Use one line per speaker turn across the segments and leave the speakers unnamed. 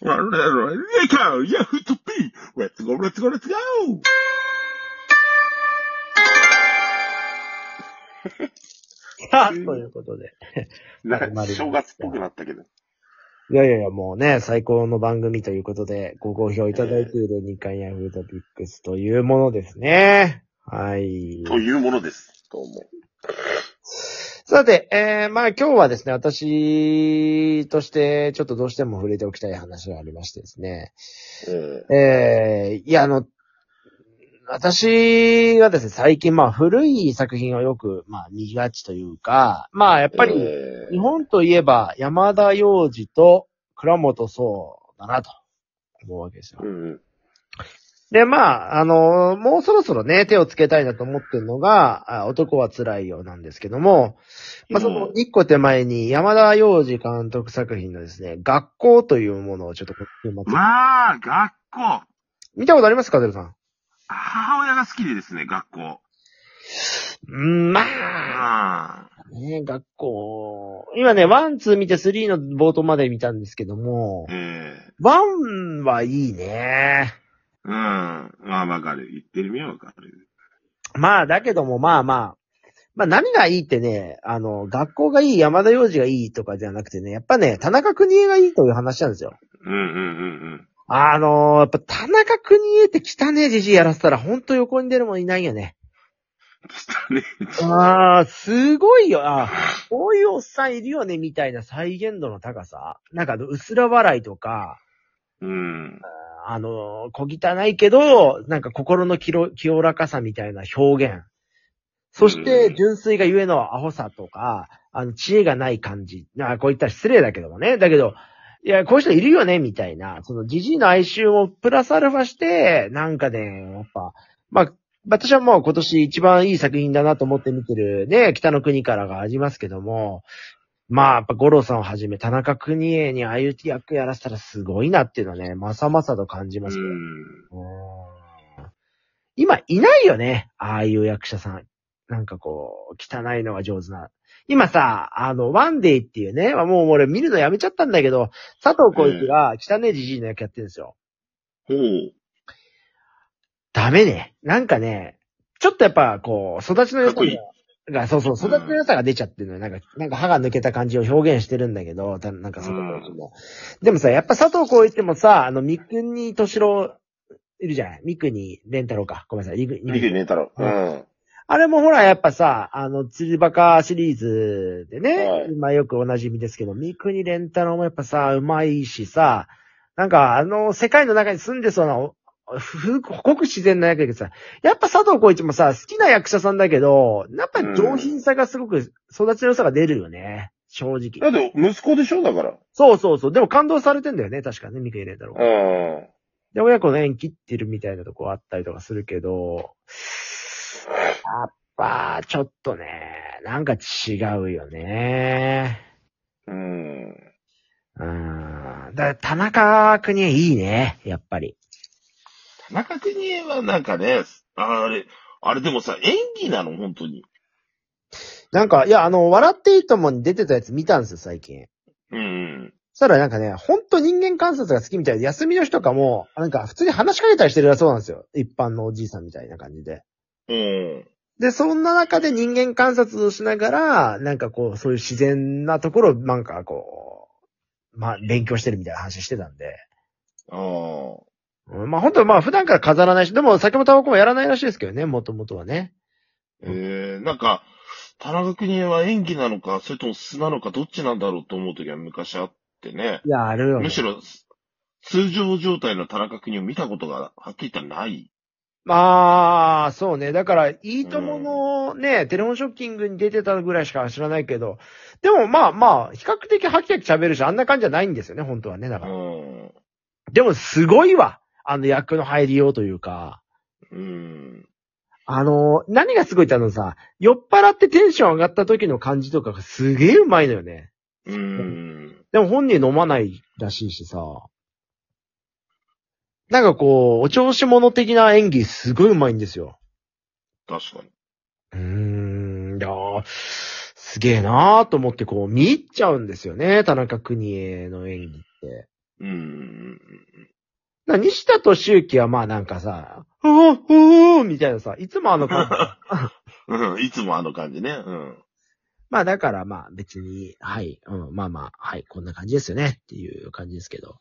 Let's go! Yahoo to be! Let's go, let's go, let's go!
さあ、
うん
ということで。
なんか正月っぽくなったけど。
いやいやいや、もうね、最高の番組ということで、ご好評いただいている日刊ヤフートピックスというものですね。はい。
というものです。どうも。
さて、えー、まあ今日はですね、私として、ちょっとどうしても触れておきたい話がありましてですね。
え
えー、いや、あの、私がですね、最近、まあ古い作品をよく、まあ見がちというか、まあやっ
ー
ぱり、
えー
日本といえば山田洋次と倉本壮だなと思うわけですよ
う。ん。
で、まあ、あのもうそろそろね、手をつけたいなと思ってるのが、あ男は辛いよなんですけども、まあ、その
うん
一個手前に山田洋次監督作品のですね、学校というものをちょっとこう
まあ、学校。
見たことありますか、ゼルさん。
母親が好きでですね、学校。
うん、まあ、
ああ。
ね、学校。今ね、ワン、ツー見てスリーの冒頭まで見たんですけども、
ええ
ワンはいいね。
うん。まあ、わかる。言ってる意味はわかる。
まあ、だけども、まあまあ。まあ、何がいいってね、あの、学校がいい、山田洋次がいいとかじゃなくてね、やっぱね、田中邦衛がいいという話なんですよ。
うんうんうん
あのやっぱ田中邦衛って汚ねえじじいやらせたら、ほんと横に出るもんいないよね。
うん。汚ね
ああ、すごいよ。ああ、こういうおっさんいるよね、みたいな再現度の高さ。なんかあの、うすら笑いとか、
うん。
あの、小汚いけど、なんか心の清清らかさみたいな表現。そし
う
て
ん、
純粋がゆえのアホさとか、あの、知恵がない感じ。あこういったら失礼だけどもね。だけど、いや、こういう人いるよね、みたいな。その、じじいの哀愁をプラスアルファして、なんかね、やっぱ、まあ、私はもう今年一番いい作品だなと思って見てるね、北の国からがありますけども、まあ、やっぱ五郎さんをはじめ、田中邦衛にああいう役やらせたらすごいなっていうのはね、まさまさと感じ
う
ますね。
ん。
うん今いないよね。ああいう役者さん。なんかこう、汚いのが上手な。今さ、あの、ワンデイっていうね、まあもう俺見るのやめちゃったんだけど、佐藤浩市が汚ねじじいの役やってるんですよ。
ほう。
ダメね。なんかね、ちょっとやっぱこう、育ちの良さ
かっこいい
がが、そうそう、育ちの良さが出ちゃってるのよ。なんか、なんか歯が抜けた感じを表現してるんだけど、たなんか佐藤浩市も。でもさ、やっぱ佐藤浩市ってもさ、あの、三国敏郎、いるじゃない三国蓮太郎か。ごめんなさい。三
見
国
てねえだろ。うん。
あれもほら、やっぱさ、あの、釣りバカシリーズでね、
はい
まあよくお馴染みですけど、三国連太郎もやっぱさ、うまいしさ、なんかあの、世界の中に住んでそうなお、ふ、ふ、ごく自然な役だけどさ、やっぱ佐藤浩市もさ、好きな役者さんだけど、やっぱり上品さがすごく、育ちの良さが出るよね。正
だ
直。
って、息子でしょだから。
そうそうそう。でも感動されてんだよね、確かね、三国連太郎。
うん。
で、親子の縁切ってるみたいなとこあったりとかするけど、やっぱ、ちょっとね、なんか違うよね。
うん。
うん。だ田中邦衛いいね、やっぱり。
田中邦衛はなんかね、あれ、あれでもさ、演技なの本当に。
なんか、いや、あの、笑っていいともに出てたやつ見たんですよ、最近。
うん。
そしたらなんかね、ほんと人間観察が好きみたいで、休みの日とかも、なんか普通に話しかけたりしてるらそうなんですよ。一般のおじいさんみたいな感じで。
うん。
で、そんな中で人間観察をしながら、なんかこう、そういう自然なところを、なんかこう、まあ、勉強してるみたいな話してたんで。
ああ。
うんまあ、本当まあ、普段から飾らないし、でも酒もタバコもやらないらしいですけどね、もともとはね。
ええなんか、田中邦衛は演技なのか、それとも素なのか、どっちなんだろうと思う時は昔あってね。
いや、あるよ、ね。
むしろ、通常状態の田中邦衛を見たことが、はっきり言ったらない。
まあ、そうね。だから、いいとものね、テレフォンショッキングに出てたぐらいしか知らないけど、でもまあまあ、比較的ハキハキ喋るし、あんな感じじゃないんですよね、本当はね。だ
う
から。
ん。
でも、すごいわ。あの役の入りようというか。
うん。
あのー何がすごいってあのさ、酔っ払ってテンション上がった時の感じとかがすげえうまいのよね。
うん。
でも本人飲まないらしいしさ。なんかこう、お調子者的な演技すごいうまいんですよ。
確かに。
うーん、いやーすげえなーと思ってこう見入っちゃうんですよね、田中邦衛の演技って。
うん。
な西田敏行はまあなんかさ、おーおーみたいなさ、いつもあの感じ。
うん。いつもあの感じね。うん。
まあだからまあ別に、はい、うん、まあまあ、はい、こんな感じですよねっていう感じですけど。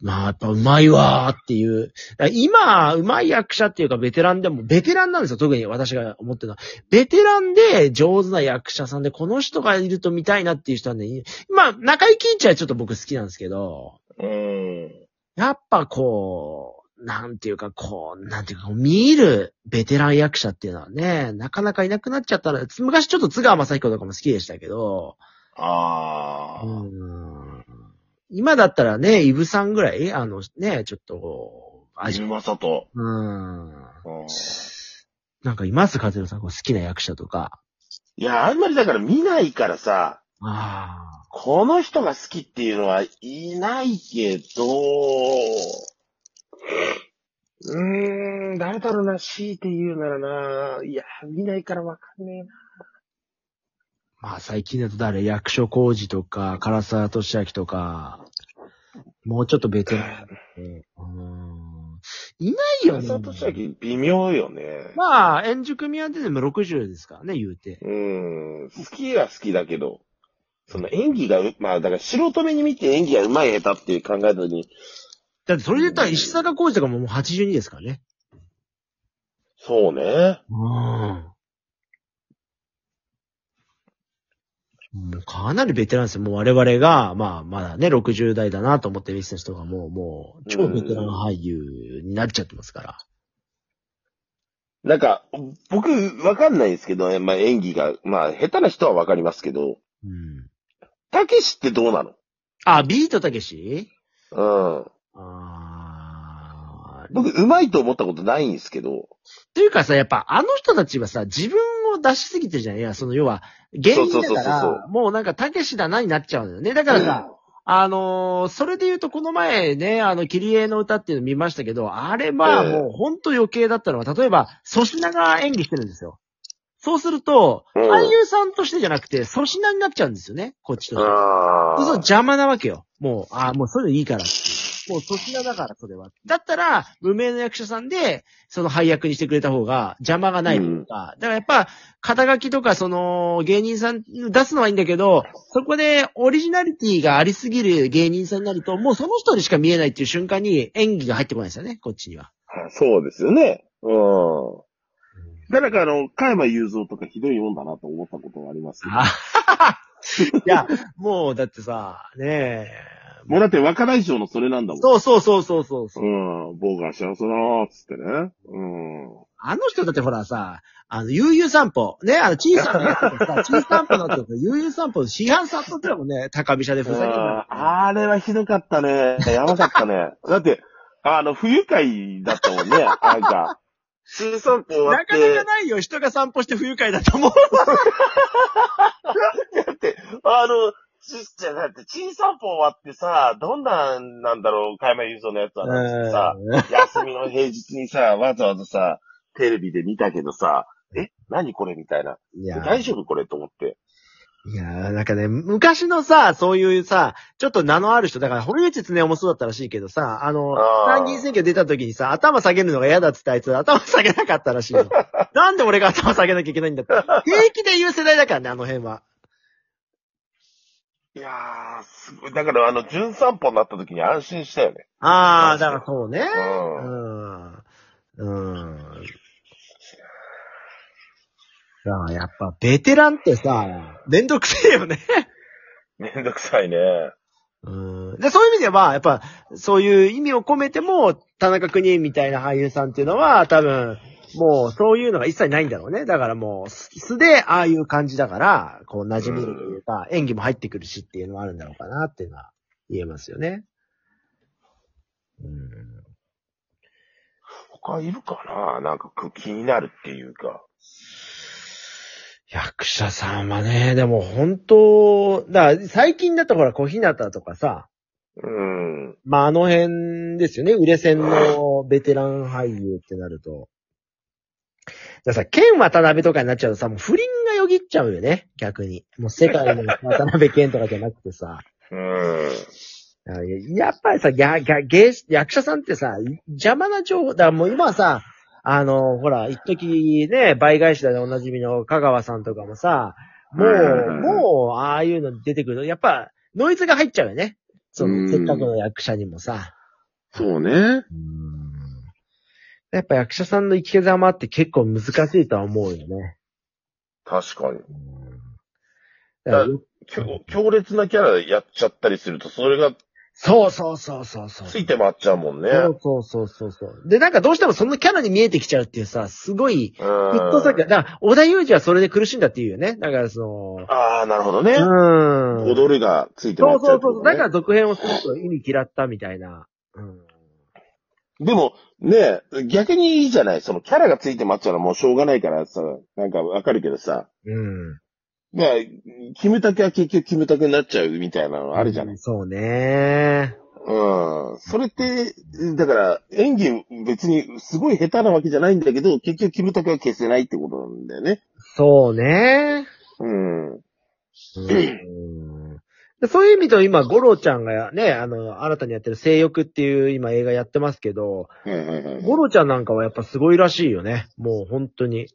まあやっぱうまいわーっていう。だから今、うまい役者っていうかベテランでも、ベテランなんですよ、特に私が思ってるのは。ベテランで上手な役者さんで、この人がいると見たいなっていう人はね、まあ中井貴一はちょっと僕好きなんですけど、
うん。
やっぱこう、なんていうか、こう、なんていうか、見入るベテラン役者っていうのはね、なかなかいなくなっちゃったら、つ昔ちょっと津川雅彦とかも好きでしたけど、
ああ。
うん今だったらね、イブさんぐらい、あのね、ちょっとこう、味、
味まさと。
うん。
うん
なんかいますか、カズルさん、こう好きな役者とか。
いや、あんまりだから見ないからさ、
あ
この人が好きっていうのはいないけど、うーん、誰だろうな、強いて言うならな、いや、見ないからわかんねえな。
あ。まあ最近だと誰役所広司とか、唐沢俊明とか、もうちょっとベテラン。うん。いないよね。
浅田俊明微妙よね。
まあ、円熟宮ででも60ですからね、言うて。
うーん、好きは好きだけど、その演技がう、まあだから素人目に見て演技が上手い下手っていう考えたのに、
だってそれで言ったら石坂浩二とかももう82ですからね。
そうね。
うん。もうかなりベテランですよ。もう我々が、まあまだね、60代だなと思って見てた人がもう、もう、超ベテラン俳優になっちゃってますから。
なんか、僕、わかんないですけど、まあ演技が、まあ下手な人はわかりますけど、
うん。
たけしってどうな
あ、ビートたけし
のうん。
あー。
僕、うまいと思ったことないんですけど。
というかさ、やっぱあの人たちはさ、自分を出しすぎてるじゃん。いや、その要は、芸人だ
そうそう
か
そうそう
ら、もうなんか、たけしだなになっちゃうんだよね。だからさ、あのーそれで言うとこの前ね、あの、キリエの歌っていうの見ましたけど、あれまあ
ええ
もうほんと余計だったのは、例えば、粗品が演技してるんですよ。そうすると、
うん
俳優さんとしてじゃなくて、粗品になっちゃうんですよね、こっちとして。
あ
そうそう、
あ。
邪魔なわけよ。もう、ああ、もうそういうのいいからっていう。もう粗品だから、それは。だったら、無名の役者さんで、その配役にしてくれた方が邪魔がないというか。だからやっぱ、肩書きとか、その、芸人さん出すのはいいんだけど、そこでオリジナリティがありすぎる芸人さんになると、もうその人にしか見えないっていう瞬間に演技が入ってこないですよね、こっちには。
そうですよね。うん。誰かあの、加山雄三とかひどいもんだなと思ったことはありますけど。
あはははいや、もうだってさ、ねえ。
もうだって若大将のそれなんだもん。
そうそうそうそうそうそう。
うん。僕が幸せだなーっつってね。うん。
あの人だってほらさ、あの、悠々散歩、ね、あの、小さなやつ とかさ、小散歩だったから、悠々散歩の批判さっとってたもんね、高飛車でふざけて
あーあれはひどかったね。やばかったね。 だって、あの、不愉快だったもんね。なんか。新散歩終わ
な
って
かなかないよ、人が散歩して不愉快だと思う。
だって、あの、ちじゃなくて、小散歩終わってさ、どんなんなんだろう、加山雄三のやつはなんつってさ、休みの平日にさ、わざわざさ、テレビで見たけどさ、え、何これみたいな。
いや、
大丈夫これと思って。
いやーなんかね、昔のさ、そういうさ、ちょっと名のある人、だから、堀内恒雄もそうだったらしいけどさ、あの、
あー
参議院選挙出た時にさ、頭下げるのが嫌だっつってあいつ頭下げなかったらしい の。なんで俺が頭下げなきゃいけないんだって。平気で言う世代だからね、あの辺は。
いやー、すごい。だから、あの、純散歩になった時に安心したよね。
ああ、だからそうね。
うん。
うん。さあ、やっぱ、ベテランってさ、めんどくせえよね。
めんどくさいね。
うん。で、そういう意味では、やっぱ、そういう意味を込めても、田中邦衛みたいな俳優さんっていうのは、多分、もう、そういうのが一切ないんだろうね。だからもう、素で、ああいう感じだから、こう、馴染めるというか、演技も入ってくるしっていうのはあるんだろうかな、っていうのは、言えますよね。うん。
他いるかななんかこう気になるっていうか。
役者さんはね、でも本当、だから最近だとほら、小日向とかさ、
うん。
まあ、あの辺ですよね、売れ線のベテラン俳優ってなると。だからさ、剣渡辺とかになっちゃうとさ、もう不倫がよぎっちゃうよね、逆に。もう世界の渡辺謙とかじゃなくてさ。
うん。
あやっぱりさ、や、や、芸、役者さんってさ、邪魔な情報、だからもう今はさ、あの、ほら、一時ね、倍返しだでおなじみの香川さんとかもさ、もう、
うん
もう、ああいうの出てくると、やっぱ、ノイズが入っちゃうよね。そうの、
ん
せっかくの役者にもさ。
そうね。
やっぱ役者さんの生き様って結構難しいとは思うよね。
確かに。
だから
だ強強烈なキャラやっちゃったりすると、それが
そうそうそうそうそう。
ついて回っちゃうもんね。
そうそうそうそうそう。で、なんかどうしてもそのキャラに見えてきちゃうっていうさ、すごい、
うん
フットサッカー。だから、小田裕二はそれで苦しんだっていうよね。だから、そ
ああ、なるほどね。
の、うん。
踊りがついて
そ
回っ
う
ちゃ
そうう
って
そ
こと
う。
ね
だから続編をすると意味嫌ったみたいな。うん。
でも、ねえ、逆にいいじゃない。そのキャラがついて回っちゃうのはもうしょうがないからさ、なんかわかるけどさ。
うん。
まあ、キムタクは結局キムタクになっちゃうみたいなのあるじゃない。
そうね。
うん。それって、だから演技別にすごい下手なわけじゃないんだけど、結局キムタクは消せないってことなんだよね。
そうね。
うん。
うんでそういう意味と今、ゴロちゃんがね、あの、新たにやってる性欲っていう今映画やってますけど、
はいはいはい。
ゴロちゃんなんかはやっぱすごいらしいよね。もう本当に。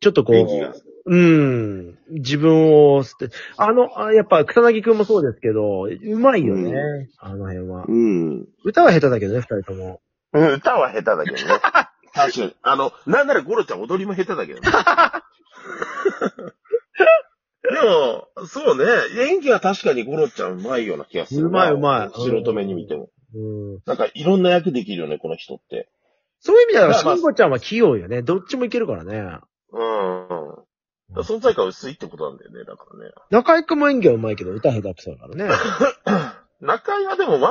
ちょっとこ
演技が
う、。うん、自分を捨て、あの、あやっぱ草薙くんもそうですけど、うまいよね、
う
あの辺は。
うん。
歌は下手だけどね、二人とも。
うん歌は下手だけどね。 確かに。あの、なんならゴロちゃん踊りも下手だけどね。でも、そうね。演技は確かにゴロちゃんうまいような気がするな。
うまいうまい
素人目に見ても。
うん、
なんかいろんな役できるよね、この人って。
そういう意味では、
まあまあ
慎吾ちゃんは器用よね。どっちもいけるからね。
うん。存在感薄いってことなんだよね、だからね。
中井くんも演技はうまいけど、歌下手くそだからね。
中井はでもま